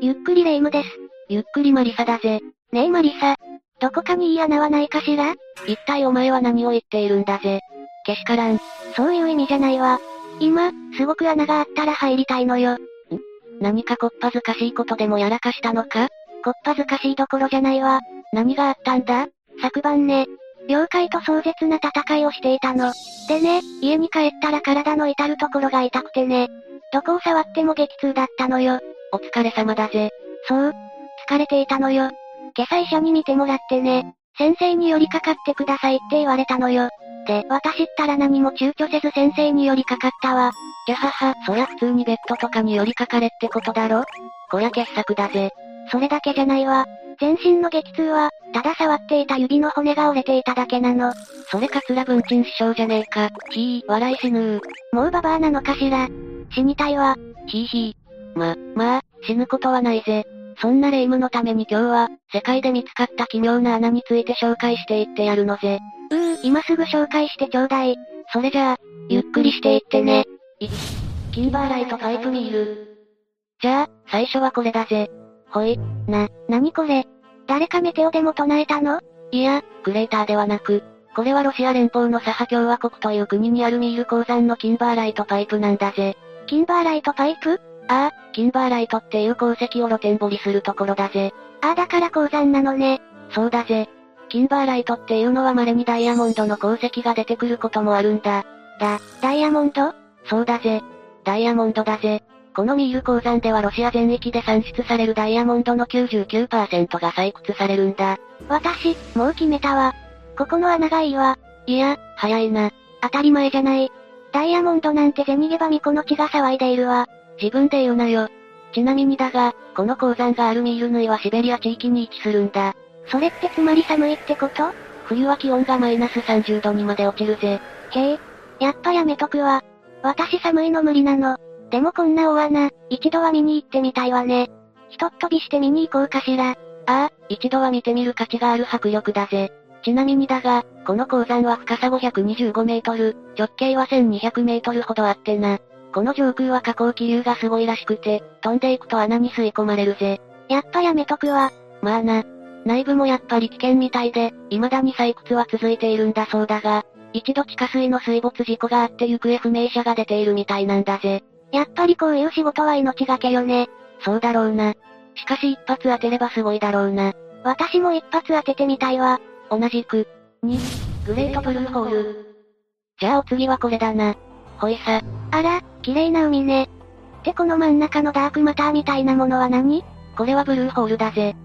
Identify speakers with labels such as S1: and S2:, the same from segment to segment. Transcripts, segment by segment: S1: ゆっくりレ夢ムです。
S2: ゆっくりマリサだぜ。
S1: ねえマリサ。どこかにいい穴はないかしら
S2: 一体お前は何を言っているんだぜ。けしからん。
S1: そういう意味じゃないわ。今、すごく穴があったら入りたいのよ。
S2: 何かこっぱずかしいことでもやらかしたのか
S1: こっぱずかしいどころじゃないわ。
S2: 何があったんだ
S1: 昨晩ね、妖怪と壮絶な戦いをしていたの。でね、家に帰ったら体の至るところが痛くてね。どこを触っても激痛だったのよ。
S2: お疲れ様だぜ。
S1: そう。疲れていたのよ。今朝医者に見てもらってね。先生に寄りかかってくださいって言われたのよ。で、私ったら何も躊躇せず先生に寄りかかったわ。
S2: キャハハ、そりゃ普通にベッドとかに寄りかかれってことだろこりゃ傑作だぜ。
S1: それだけじゃないわ。全身の激痛は、ただ触っていた指の骨が折れていただけなの。
S2: それかつら文鎮師匠じゃねえか。ひー、笑い死ぬー。
S1: もうババアなのかしら。死にたいわ。
S2: ひいひい。ま、まあ、死ぬことはないぜ。そんな霊夢のために今日は、世界で見つかった奇妙な穴について紹介していってやるのぜ。
S1: うー、今すぐ紹介してちょうだい。
S2: それじゃあ、ゆっくりしていってね。い、キンバーライトパイプミール。じゃあ、最初はこれだぜ。ほい、
S1: な、なにこれ。誰かメテオでも唱えたの
S2: いや、クレーターではなく、これはロシア連邦のサハ共和国という国にあるミール鉱山のキンバーライトパイプなんだぜ。
S1: キンバーライトパイプ
S2: ああ、キンバーライトっていう鉱石を露天掘りするところだぜ。
S1: ああだから鉱山なのね。
S2: そうだぜ。キンバーライトっていうのは稀にダイヤモンドの鉱石が出てくることもあるんだ。
S1: だ、ダイヤモンド
S2: そうだぜ。ダイヤモンドだぜ。このミール鉱山ではロシア全域で産出されるダイヤモンドの99%が採掘されるんだ。
S1: 私、もう決めたわ。ここの穴がいいわ。
S2: いや、早いな。
S1: 当たり前じゃない。ダイヤモンドなんて銭ゲバミコの血が騒いでいるわ。
S2: 自分で言うなよ。ちなみにだが、この鉱山があるミールヌはシベリア地域に位置するんだ。
S1: それってつまり寒いってこと
S2: 冬は気温がマイナス30度にまで落ちるぜ。
S1: へえ。やっぱやめとくわ。私寒いの無理なの。でもこんな大穴、一度は見に行ってみたいわね。ひとっ飛びして見に行こうかしら。
S2: ああ、一度は見てみる価値がある迫力だぜ。ちなみにだが、この鉱山は深さ525メートル、直径は1200メートルほどあってな。この上空は下降気流がすごいらしくて、飛んでいくと穴に吸い込まれるぜ。
S1: やっぱやめとくわ。
S2: まあな。内部もやっぱり危険みたいで、未だに採掘は続いているんだそうだが、一度地下水の水没事故があって行方不明者が出ているみたいなんだぜ。
S1: やっぱりこういう仕事は命がけよね。
S2: そうだろうな。しかし一発当てればすごいだろうな。
S1: 私も一発当ててみたいわ。
S2: 同じく。2、グレートブルーホール。じゃあお次はこれだな。ほいさ、
S1: あら、綺麗な海ね。ってこの真ん中のダークマターみたいなものは何
S2: これはブルーホールだぜ。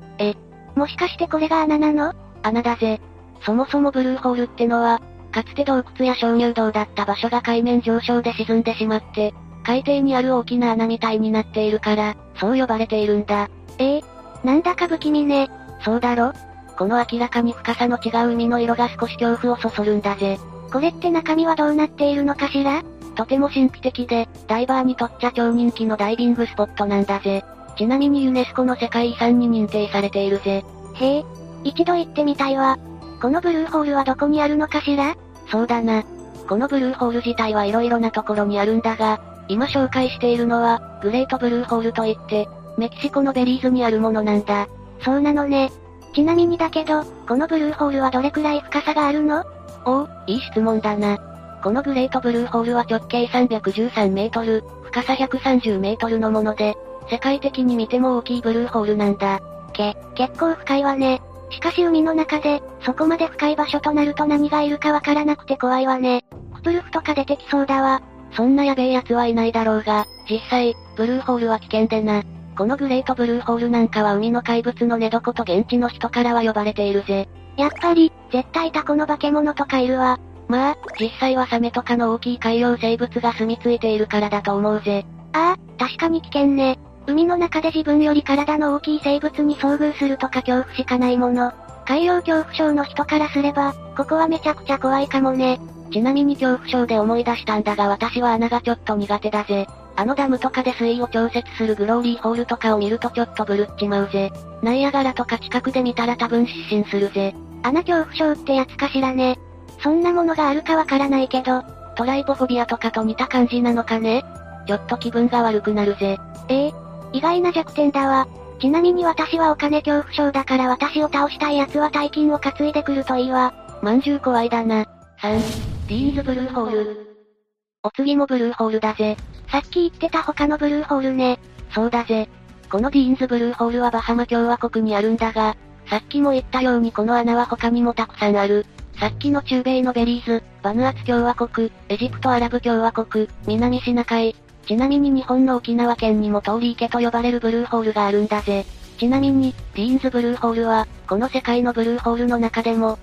S1: もしかしてこれが穴なの
S2: 穴だぜ。そもそもブルーホールってのは、かつて洞窟や鍾乳洞だった場所が海面上昇で沈んでしまって、海底にある大きな穴みたいになっているから、そう呼ばれているんだ。
S1: ええなんだか不気味ね。
S2: そうだろこの明らかに深さの違う海の色が少し恐怖をそそるんだぜ。
S1: これって中身はどうなっているのかしら
S2: とても神秘的で、ダイバーにとっちゃ超人気のダイビングスポットなんだぜ。ちなみにユネスコの世界遺産に認定されているぜ。
S1: へえ。一度行ってみたいわ。このブルーホールはどこにあるのかしら
S2: そうだな。このブルーホール自体はいろいろなところにあるんだが、今紹介しているのは、グレートブルーホールといって、メキシコのベリーズにあるものなんだ。
S1: そうなのね。ちなみにだけど、このブルーホールはどれくらい深さがあるの
S2: おお、いい質問だな。このグレートブルーホールは直径313メートル、深さ130メートルのもので、世界的に見ても大きいブルーホールなんだ。
S1: け、結構深いわね。しかし海の中で、そこまで深い場所となると何がいるかわからなくて怖いわね。クプルフとか出てきそうだわ。
S2: そんなやべえ奴はいないだろうが、実際、ブルーホールは危険でな。このグレートブルーホールなんかは海の怪物の寝床と現地の人からは呼ばれているぜ。
S1: やっぱり、絶対タコの化け物とかいるわ。
S2: まあ、実際はサメとかの大きい海洋生物が住み着いているからだと思うぜ。
S1: ああ、確かに危険ね。海の中で自分より体の大きい生物に遭遇するとか恐怖しかないもの。海洋恐怖症の人からすれば、ここはめちゃくちゃ怖いかもね。
S2: ちなみに恐怖症で思い出したんだが私は穴がちょっと苦手だぜ。あのダムとかで水位を調節するグローリーホールとかを見るとちょっとブルっちまうぜ。ナイアガラとか近くで見たら多分失神するぜ。
S1: 穴恐怖症ってやつかしらね。そんなものがあるかわからないけど、
S2: トライポフォビアとかと似た感じなのかねちょっと気分が悪くなるぜ。
S1: ええ意外な弱点だわ。ちなみに私はお金恐怖症だから私を倒したい奴は大金を担いでくるといいわ。
S2: まんじゅう怖いだな。3、ディーズブルーホール。お次もブルーホールだぜ。
S1: さっき言ってた他のブルーホールね。
S2: そうだぜ。このディーンズブルーホールはバハマ共和国にあるんだが、さっきも言ったようにこの穴は他にもたくさんある。さっきの中米のベリーズ、バヌアツ共和国、エジプトアラブ共和国、南シナ海。ちなみに日本の沖縄県にも通り池と呼ばれるブルーホールがあるんだぜ。ちなみに、ディーンズブルーホールは、この世界のブルーホールの中でも、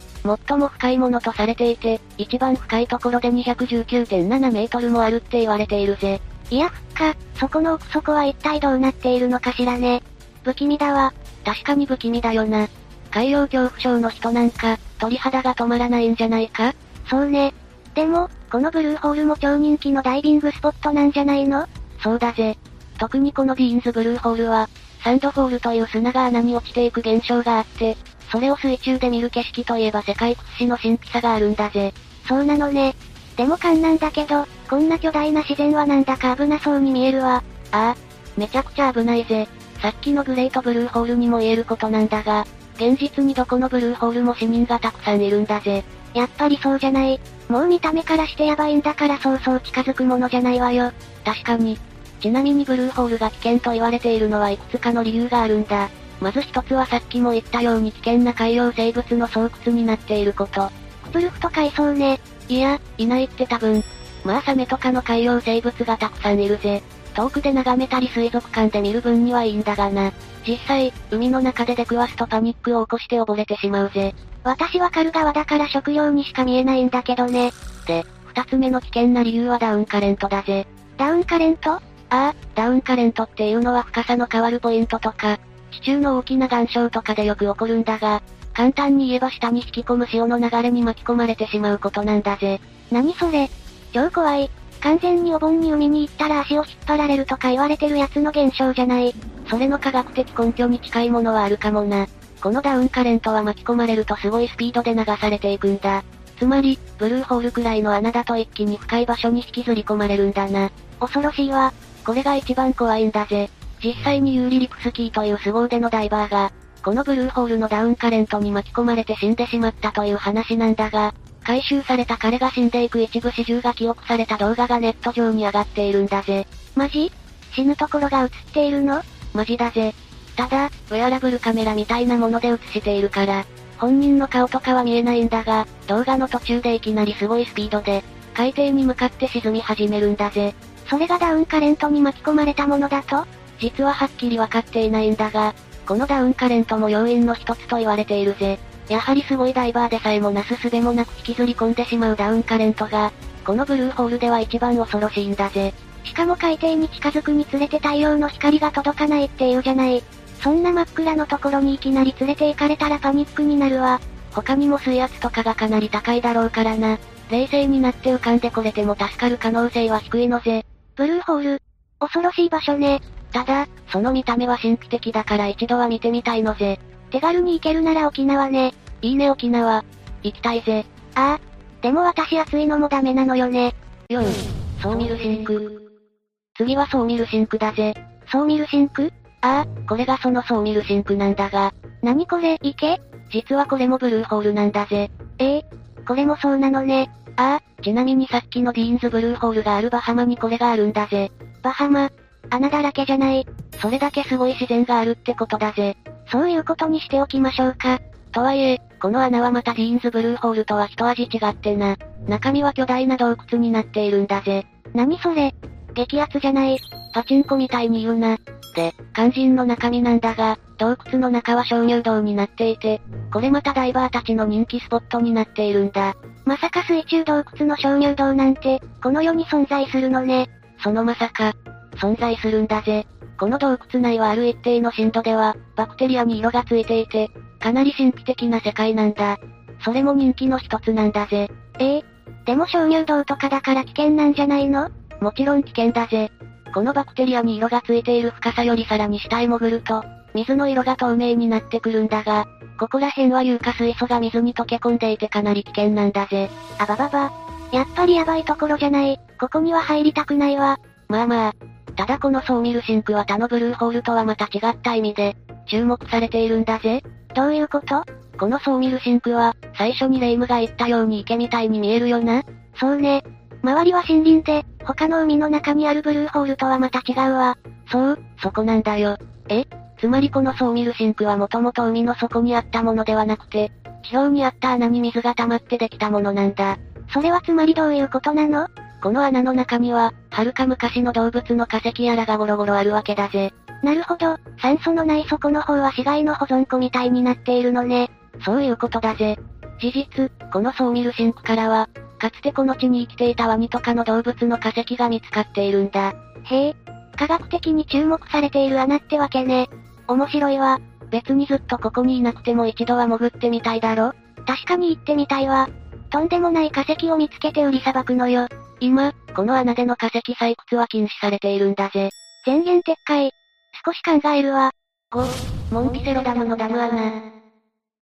S2: 最も深いものとされていて、一番深いところで219.7メートルもあるって言われているぜ。
S1: いや、ふっか、そこの奥底は一体どうなっているのかしらね。不気味だわ。
S2: 確かに不気味だよな。海洋恐怖症の人なんか、鳥肌が止まらないんじゃないか
S1: そうね。でも、このブルーホールも超人気のダイビングスポットなんじゃないの
S2: そうだぜ。特にこのディーンズブルーホールは、サンドホールという砂が穴に落ちていく現象があって、それを水中で見る景色といえば世界屈指の神秘さがあるんだぜ。
S1: そうなのね。でも観なんだけど、こんな巨大な自然はなんだか危なそうに見えるわ。
S2: ああ、めちゃくちゃ危ないぜ。さっきのグレートブルーホールにも言えることなんだが、現実にどこのブルーホールも死人がたくさんいるんだぜ。
S1: やっぱりそうじゃない。もう見た目からしてやばいんだからそうそう近づくものじゃないわよ。
S2: 確かに。ちなみにブルーホールが危険と言われているのはいくつかの理由があるんだ。まず一つはさっきも言ったように危険な海洋生物の巣窟になっていること。
S1: クプルフとかいそうね。
S2: いや、いないって多分。まあサメとかの海洋生物がたくさんいるぜ。遠くで眺めたり水族館で見る分にはいいんだがな。実際、海の中で出くわすとパニックを起こして溺れてしまうぜ。
S1: 私は狩る側だから食用にしか見えないんだけどね。
S2: 二つ目の危険な理由はダウンカレントだぜ。
S1: ダウンカレント
S2: ああ、ダウンカレントっていうのは深さの変わるポイントとか、地中の大きな岩礁とかでよく起こるんだが、簡単に言えば下に引き込む潮の流れに巻き込まれてしまうことなんだぜ。
S1: 何それ超怖い。完全にお盆に海に行ったら足を引っ張られるとか言われてるやつの現象じゃない。
S2: それの科学的根拠に近いものはあるかもな。このダウンカレントは巻き込まれるとすごいスピードで流されていくんだ。つまり、ブルーホールくらいの穴だと一気に深い場所に引きずり込まれるんだな。
S1: 恐ろしいわ。
S2: これが一番怖いんだぜ。実際にユーリリプスキーという凄腕のダイバーが、このブルーホールのダウンカレントに巻き込まれて死んでしまったという話なんだが、回収された彼が死んでいく一部始終が記憶された動画がネット上に上がっているんだぜ。
S1: マジ死ぬところが映っているの
S2: マジだぜ。ただ、ウェアラブルカメラみたいなもので映しているから、本人の顔とかは見えないんだが、動画の途中でいきなりすごいスピードで、海底に向かって沈み始めるんだぜ。
S1: それがダウンカレントに巻き込まれたものだと
S2: 実ははっきりわかっていないんだが、このダウンカレントも要因の一つと言われているぜ。やはりすごいダイバーでさえもなすすべもなく引きずり込んでしまうダウンカレントが、このブルーホールでは一番恐ろしいんだぜ。
S1: しかも海底に近づくにつれて太陽の光が届かないっていうじゃない。そんな真っ暗のところにいきなり連れて行かれたらパニックになるわ。
S2: 他にも水圧とかがかなり高いだろうからな。冷静になって浮かんでこれても助かる可能性は低いのぜ。
S1: ブルーホール。恐ろしい場所ね。
S2: ただ、その見た目は神秘的だから一度は見てみたいのぜ。
S1: 手軽に行けるなら沖縄ね。
S2: いいね沖縄。行きたいぜ。
S1: ああ。でも私暑いのもダメなのよね。
S2: 4、ソーミルシンク。次はソーミルシンクだぜ。
S1: そう見るシンク
S2: ああ、これがそのソーミルシンクなんだが、
S1: 何これ池
S2: 実はこれもブルーホールなんだぜ。
S1: ええこれもそうなのね。
S2: ああ、ちなみにさっきのディーンズブルーホールがあるバハマにこれがあるんだぜ。
S1: バハマ。穴だらけじゃない。
S2: それだけすごい自然があるってことだぜ。
S1: そういうことにしておきましょうか。
S2: とはいえ、この穴はまたディーンズブルーホールとは一味違ってな。中身は巨大な洞窟になっているんだぜ。
S1: 何それ激アツじゃない。
S2: パチンコみたいに言うな。で、肝心の中身なんだが、洞窟の中は鍾乳洞になっていて、これまたダイバーたちの人気スポットになっているんだ。
S1: まさか水中洞窟の鍾乳洞なんて、この世に存在するのね。
S2: そのまさか、存在するんだぜ。この洞窟内はある一定の深度では、バクテリアに色がついていて、かなり神秘的な世界なんだ。それも人気の一つなんだぜ。
S1: ええでも鍾乳洞とかだから危険なんじゃないの
S2: もちろん危険だぜ。このバクテリアに色がついている深さよりさらに下へ潜ると、水の色が透明になってくるんだが、ここら辺は有化水素が水に溶け込んでいてかなり危険なんだぜ。
S1: あばばば。やっぱりやばいところじゃない。ここには入りたくないわ。
S2: まあまあ。ただこのソーミルシンクは他のブルーホールとはまた違った意味で、注目されているんだぜ。
S1: どういうこと
S2: このソーミルシンクは、最初にレイムが言ったように池みたいに見えるよな。
S1: そうね。周りは森林で、他の海の中にあるブルーホールとはまた違うわ。
S2: そう、そこなんだよ。えつまりこのソーミルシンクはもともと海の底にあったものではなくて、地表にあった穴に水が溜まってできたものなんだ。
S1: それはつまりどういうことなの
S2: この穴の中には、はるか昔の動物の化石やらがゴロゴロあるわけだぜ。
S1: なるほど、酸素のない底の方は死骸の保存庫みたいになっているのね。
S2: そういうことだぜ。事実、このソーミルシンクからは、かつてこの地に生きていたワニとかの動物の化石が見つかっているんだ。
S1: へえ、科学的に注目されている穴ってわけね。面白いわ。
S2: 別にずっとここにいなくても一度は潜ってみたいだろ
S1: 確かに行ってみたいわ。とんでもない化石を見つけて売りさばくのよ。
S2: 今、この穴での化石採掘は禁止されているんだぜ。
S1: 全言撤回。少し考えるわ。
S2: 5、モンピセロダムのダム穴。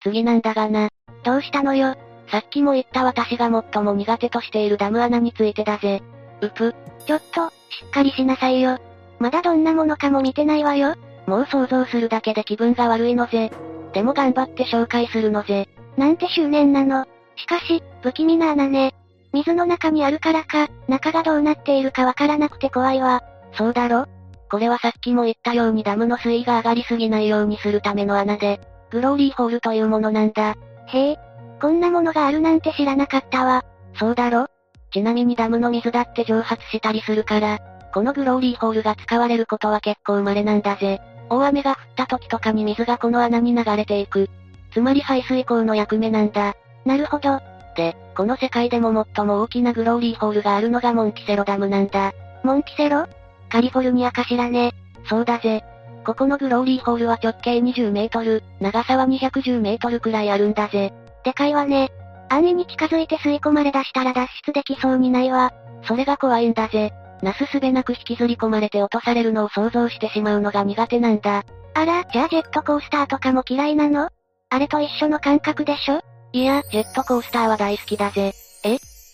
S2: 次なんだがな。
S1: どうしたのよ。
S2: さっきも言った私が最も苦手としているダム穴についてだぜ。うぷ、
S1: ちょっと、しっかりしなさいよ。まだどんなものかも見てないわよ。
S2: もう想像するだけで気分が悪いのぜ。でも頑張って紹介するのぜ。
S1: なんて執念なの。しかし、不気味な穴ね。水の中にあるからか、中がどうなっているかわからなくて怖いわ。
S2: そうだろこれはさっきも言ったようにダムの水位が上がりすぎないようにするための穴で、グローリーホールというものなんだ。
S1: へえ、こんなものがあるなんて知らなかったわ。
S2: そうだろちなみにダムの水だって蒸発したりするから、このグローリーホールが使われることは結構稀なんだぜ。大雨が降った時とかに水がこの穴に流れていく。つまり排水口の役目なんだ。
S1: なるほど。
S2: で、この世界でも最も大きなグローリーホールがあるのがモンキセロダムなんだ。
S1: モンキセロ
S2: カリフォルニアかしらね。そうだぜ。ここのグローリーホールは直径20メートル、長さは210メートルくらいあるんだぜ。
S1: でかいわね。安易に近づいて吸い込まれ出したら脱出できそうにないわ。
S2: それが怖いんだぜ。なすすべなく引きずり込まれて落とされるのを想像してしまうのが苦手なんだ。
S1: あら、じゃあジェットコースターとかも嫌いなのあれと一緒の感覚でしょ
S2: いや、ジェットコースターは大好きだぜ。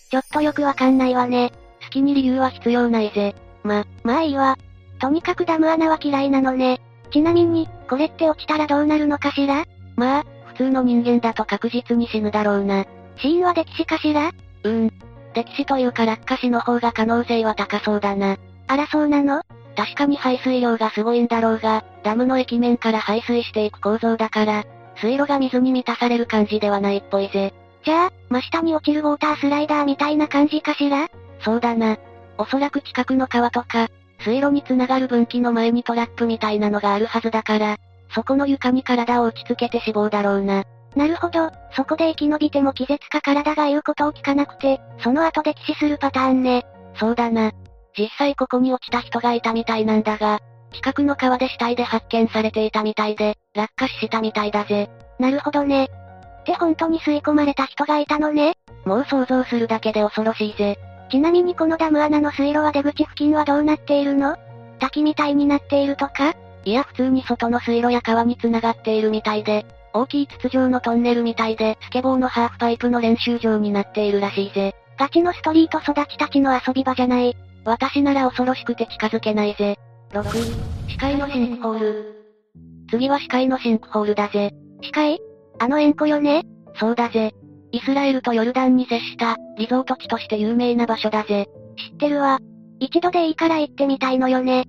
S1: ちょっとよくわかんないわね。
S2: 好きに理由は必要ないぜ。
S1: ま、まあいいわ。とにかくダム穴は嫌いなのね。ちなみに、これって落ちたらどうなるのかしら
S2: まあ、普通の人間だと確実に死ぬだろうな。
S1: 死因は溺死かしら
S2: うーん。歴史というか落下死の方が可能性は高そうだな。
S1: あらそうなの
S2: 確かに排水量がすごいんだろうが、ダムの液面から排水していく構造だから、水路が水に満たされる感じではないっぽいぜ。
S1: じゃあ、真下に落ちるウォータースライダーみたいな感じかしら
S2: そうだな。おそらく近くの川とか、水路に繋がる分岐の前にトラップみたいなのがあるはずだから、そこの床に体を打ちつけて死亡だろうな。
S1: なるほど、そこで生き延びても気絶か体が言うことを聞かなくて、その後で騎士するパターンね。
S2: そうだな。実際ここに落ちた人がいたみたいなんだが、近くの川で死体で発見されていたみたいで、落下死したみたいだぜ。
S1: なるほどね。って本当に吸い込まれた人がいたのね。
S2: もう想像するだけで恐ろしいぜ。
S1: ちなみにこのダム穴の水路は出口付近はどうなっているの滝みたいになっているとか
S2: いや普通に外の水路や川に繋がっているみたいで、大きい筒状のトンネルみたいで、スケボーのハーフパイプの練習場になっているらしいぜ。
S1: ガチのストリート育ちたちの遊び場じゃない。
S2: 私なら恐ろしくて近づけないぜ。6、視界のシンクホール。次は視界のシンクホールだぜ。
S1: 視界あの縁故よね
S2: そうだぜ。イスラエルとヨルダンに接した、リゾート地として有名な場所だぜ。
S1: 知ってるわ。一度でいいから行ってみたいのよね。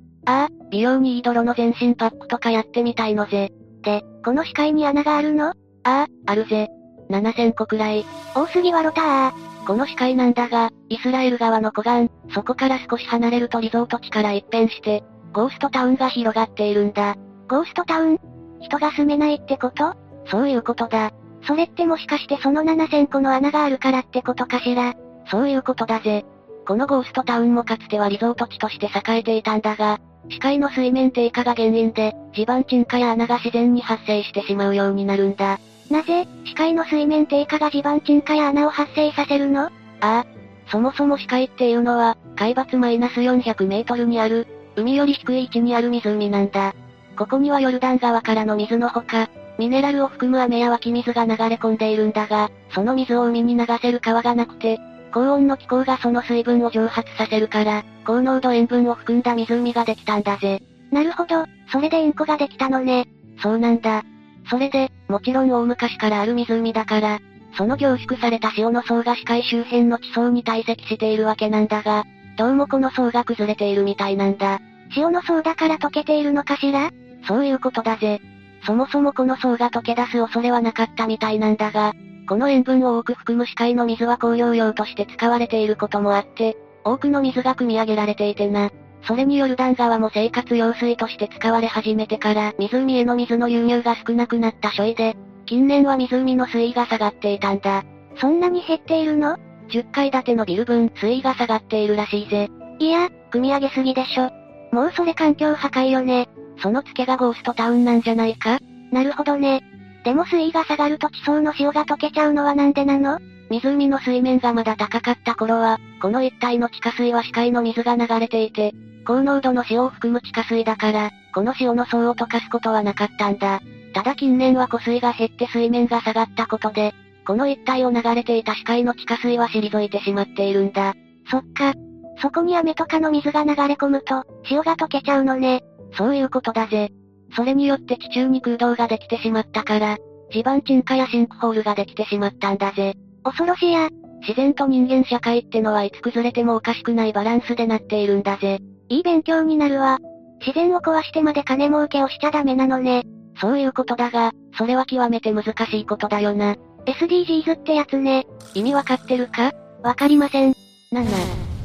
S2: 美容にいい泥の全身パックとかやってみたいのぜ。
S1: で、この視界に穴があるの
S2: ああ、あるぜ。7000個くらい。
S1: 多すぎはロター。
S2: この視界なんだが、イスラエル側の湖岸、そこから少し離れるとリゾート地から一変して、ゴーストタウンが広がっているんだ。
S1: ゴーストタウン人が住めないってこと
S2: そういうことだ。
S1: それってもしかしてその7000個の穴があるからってことかしら
S2: そういうことだぜ。このゴーストタウンもかつてはリゾート地として栄えていたんだが、視界の水面低下が原因で、地盤沈下や穴が自然に発生してしまうようになるんだ。
S1: なぜ、視界の水面低下が地盤沈下や穴を発生させるの
S2: ああ、そもそも視界っていうのは、海抜マイナス400メートルにある、海より低い位置にある湖なんだ。ここにはヨルダン川からの水のほか、ミネラルを含む雨や湧き水が流れ込んでいるんだが、その水を海に流せる川がなくて、高温の気候がその水分を蒸発させるから、高濃度塩分を含んだ湖ができたんだぜ。
S1: なるほど、それでインコができたのね。
S2: そうなんだ。それで、もちろん大昔からある湖だから、その凝縮された塩の層が視界周辺の地層に堆積しているわけなんだが、どうもこの層が崩れているみたいなんだ。
S1: 塩の層だから溶けているのかしら
S2: そういうことだぜ。そもそもこの層が溶け出す恐れはなかったみたいなんだが、この塩分を多く含む視界の水は工業用として使われていることもあって、多くの水が汲み上げられていてな。それによるダン川も生活用水として使われ始めてから、湖への水の流入が少なくなった所以で、近年は湖の水位が下がっていたんだ。
S1: そんなに減っているの
S2: ?10 階建てのビル分、水位が下がっているらしいぜ。
S1: いや、汲み上げすぎでしょ。もうそれ環境破壊よね。
S2: そのツケがゴーストタウンなんじゃないか
S1: なるほどね。でも水位が下がると地層の塩が溶けちゃうのはなんでなの
S2: 湖の水面がまだ高かった頃は、この一帯の地下水は視界の水が流れていて、高濃度の塩を含む地下水だから、この塩の層を溶かすことはなかったんだ。ただ近年は湖水が減って水面が下がったことで、この一帯を流れていた視界の地下水は退いてしまっているんだ。
S1: そっか。そこに雨とかの水が流れ込むと、塩が溶けちゃうのね。
S2: そういうことだぜ。それによって地中に空洞ができてしまったから、地盤沈下やシンクホールができてしまったんだぜ。
S1: 恐ろしいや。
S2: 自然と人間社会ってのはいつ崩れてもおかしくないバランスでなっているんだぜ。
S1: いい勉強になるわ。自然を壊してまで金儲けをしちゃダメなのね。
S2: そういうことだが、それは極めて難しいことだよな。
S1: SDGs ってやつね。
S2: 意味わかってるか
S1: わかりません。
S2: 7、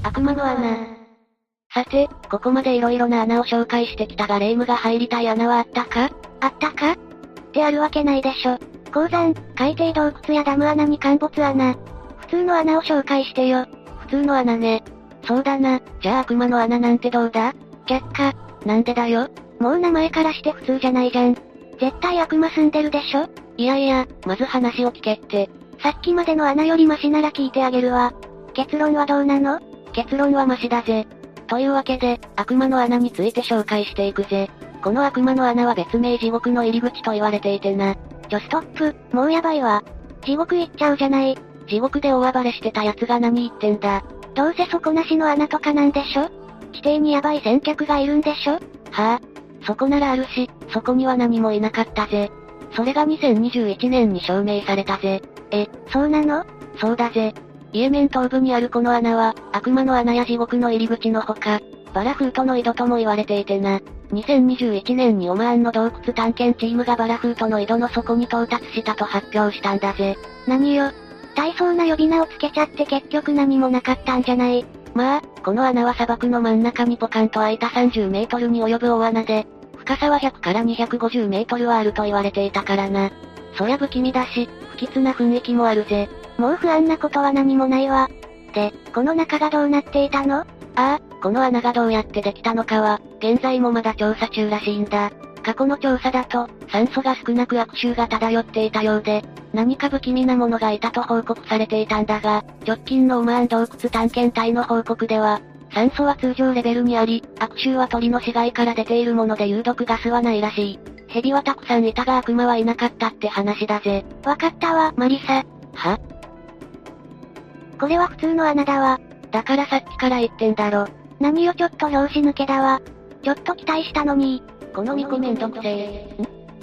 S2: 悪魔の穴。さて、ここまで色々な穴を紹介してきたが霊夢が入りたい穴はあったか
S1: あったかってあるわけないでしょ。鉱山、海底洞窟やダム穴に陥没穴。普通の穴を紹介してよ。
S2: 普通の穴ね。そうだな。じゃあ悪魔の穴なんてどうだ
S1: 却下。
S2: なんでだよ。
S1: もう名前からして普通じゃないじゃん。絶対悪魔住んでるでしょ
S2: いやいや、まず話を聞けって。
S1: さっきまでの穴よりマシなら聞いてあげるわ。結論はどうなの
S2: 結論はマシだぜ。というわけで、悪魔の穴について紹介していくぜ。この悪魔の穴は別名地獄の入り口と言われていてな。
S1: ちょストップ、もうやばいわ。地獄行っちゃうじゃない。
S2: 地獄で大暴れしてた奴が何言ってんだ。
S1: どうせ底なしの穴とかなんでしょ地底にヤバい先客がいるんでしょ
S2: はぁ、あ、そこならあるし、そこには何もいなかったぜ。それが2021年に証明されたぜ。
S1: え、そうなの
S2: そうだぜ。イエメン東部にあるこの穴は、悪魔の穴や地獄の入り口のほか、バラフートの井戸とも言われていてな。2021年にオマーンの洞窟探検チームがバラフートの井戸の底に到達したと発表したんだぜ。
S1: 何よ。大層な呼び名をつけちゃって結局何もなかったんじゃない。
S2: まあ、この穴は砂漠の真ん中にポカンと開いた30メートルに及ぶ大穴で、深さは100から250メートルはあると言われていたからな。そりゃ不気味だし、不吉な雰囲気もあるぜ。
S1: もう不安なことは何もないわ。で、この中がどうなっていたの
S2: ああ、この穴がどうやってできたのかは、現在もまだ調査中らしいんだ。過去の調査だと、酸素が少なく悪臭が漂っていたようで、何か不気味なものがいたと報告されていたんだが、直近のオマーン洞窟探検隊の報告では、酸素は通常レベルにあり、悪臭は鳥の死骸から出ているもので有毒ガスはないらしい。蛇はたくさんいたが悪魔はいなかったって話だぜ。
S1: わかったわ、マリサ。
S2: は
S1: これは普通の穴だわ。
S2: だからさっきから言ってんだろ。
S1: 何よちょっと拍子抜けだわ。ちょっと期待したのに。
S2: この巫女めんどくせえ。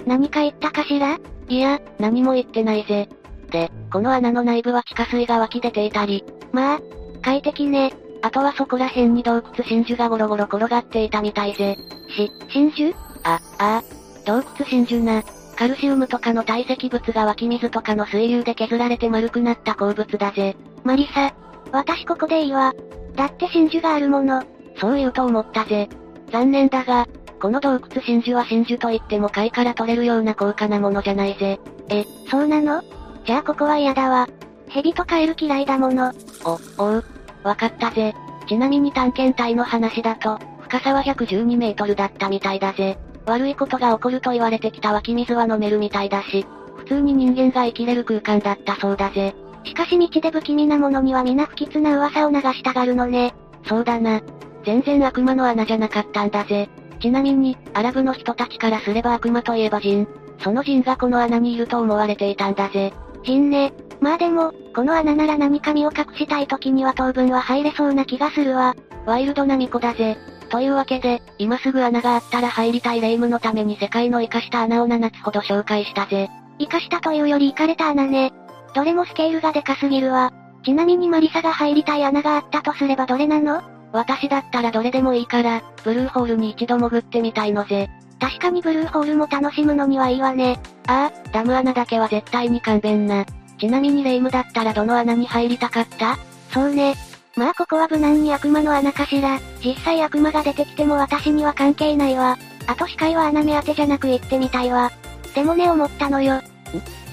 S1: 何か言ったかしら
S2: いや、何も言ってないぜ。で、この穴の内部は地下水が湧き出ていたり。
S1: まあ、快適ね。
S2: あとはそこら辺に洞窟真珠がゴロゴロ転がっていたみたいぜ。
S1: し、真珠
S2: あ、ああ。洞窟真珠な。カルシウムとかの堆積物が湧き水とかの水流で削られて丸くなった鉱物だぜ。
S1: マリサ、私ここでいいわ。だって真珠があるもの。
S2: そう言うと思ったぜ。残念だが、この洞窟真珠は真珠といっても貝から取れるような高価なものじゃないぜ。
S1: え、そうなのじゃあここは嫌だわ。蛇とカエル嫌いだもの。
S2: お、おう。わかったぜ。ちなみに探検隊の話だと、深さは112メートルだったみたいだぜ。悪いことが起こると言われてきた湧き水は飲めるみたいだし、普通に人間が生きれる空間だったそうだぜ。
S1: しかし道で不気味なものには皆不吉な噂を流したがるのね。
S2: そうだな。全然悪魔の穴じゃなかったんだぜ。ちなみに、アラブの人たちからすれば悪魔といえば人。その人がこの穴にいると思われていたんだぜ。
S1: 人ね。
S2: まあでも、この穴なら波紙を隠したい時には当分は入れそうな気がするわ。
S1: ワイルドな巫女だぜ。というわけで、今すぐ穴があったら入りたい霊夢のために世界の活かした穴を7つほど紹介したぜ。
S2: 活かしたというより活かれた穴ね。どれもスケールがでかすぎるわ。ちなみにマリサが入りたい穴があったとすればどれなの
S1: 私だったらどれでもいいから、ブルーホールに一度潜ってみたいのぜ。
S2: 確かにブルーホールも楽しむのにはいいわね。
S1: ああ、ダム穴だけは絶対に勘弁な。ちなみに霊夢だったらどの穴に入りたかった
S2: そうね。まあここは無難に悪魔の穴かしら。実際悪魔が出てきても私には関係ないわ。あと視界は穴目当てじゃなく行ってみたいわ。でもね思ったのよ。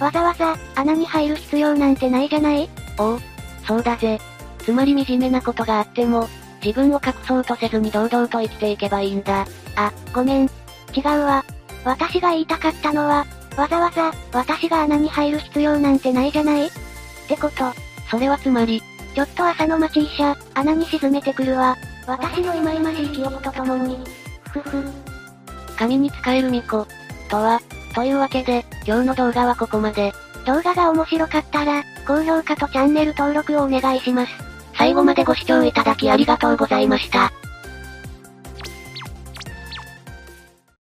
S2: わざわざ、穴に入る必要なんてないじゃない
S1: おう、そうだぜ。つまり惨めなことがあっても、自分を隠そうとせずに堂々と生きていけばいいんだ。
S2: あ、ごめん。違うわ。私が言いたかったのは、わざわざ、私が穴に入る必要なんてないじゃないってこと。
S1: それはつまり、
S2: ちょっと朝の待ち医者、穴に沈めてくるわ。私の今々しい記憶とともに。ふふ。
S1: 神に使える巫女、とは、というわけで、今日の動画はここまで。
S2: 動画が面白かったら、高評価とチャンネル登録をお願いします。
S1: 最後までご視聴いただきありがとうございました。